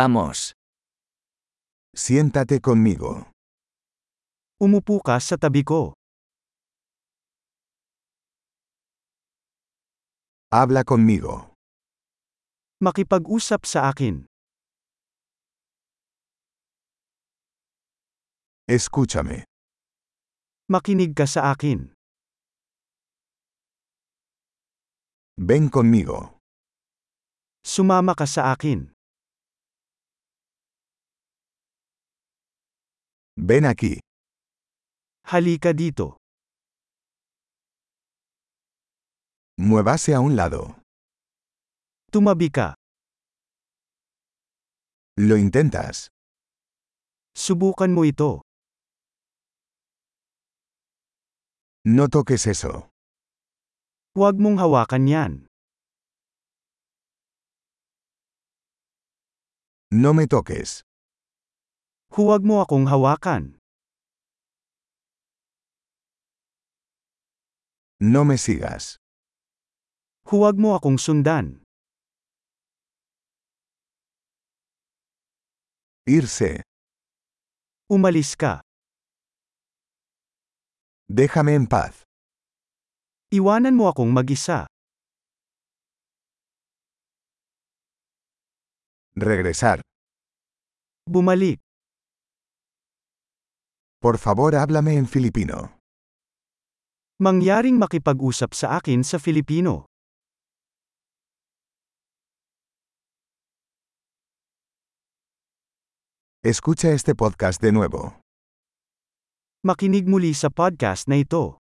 Vamos. Siéntate conmigo. Umupo ka sa tabi ko. Habla conmigo. Makipag-usap sa akin. Escúchame. Makinig ka sa akin. Ven conmigo. Sumama ka sa akin. Ven aquí. Halika dito. Muévase a un lado. Tumabi ka. Lo intentas. Subukan mo ito. No toques eso. Huwag mong hawakan yan. No me toques. Huwag mo akong hawakan. No me sigas. Huwag mo akong sundan. Irse. Umalis ka. Déjame en paz. Iwanan mo akong mag-isa. Regresar. Bumalik. Por favor, háblame en filipino. Mangyaring makipag-usap sa akin sa Filipino. Escucha este podcast de nuevo. este Makinig muli sa podcast na ito.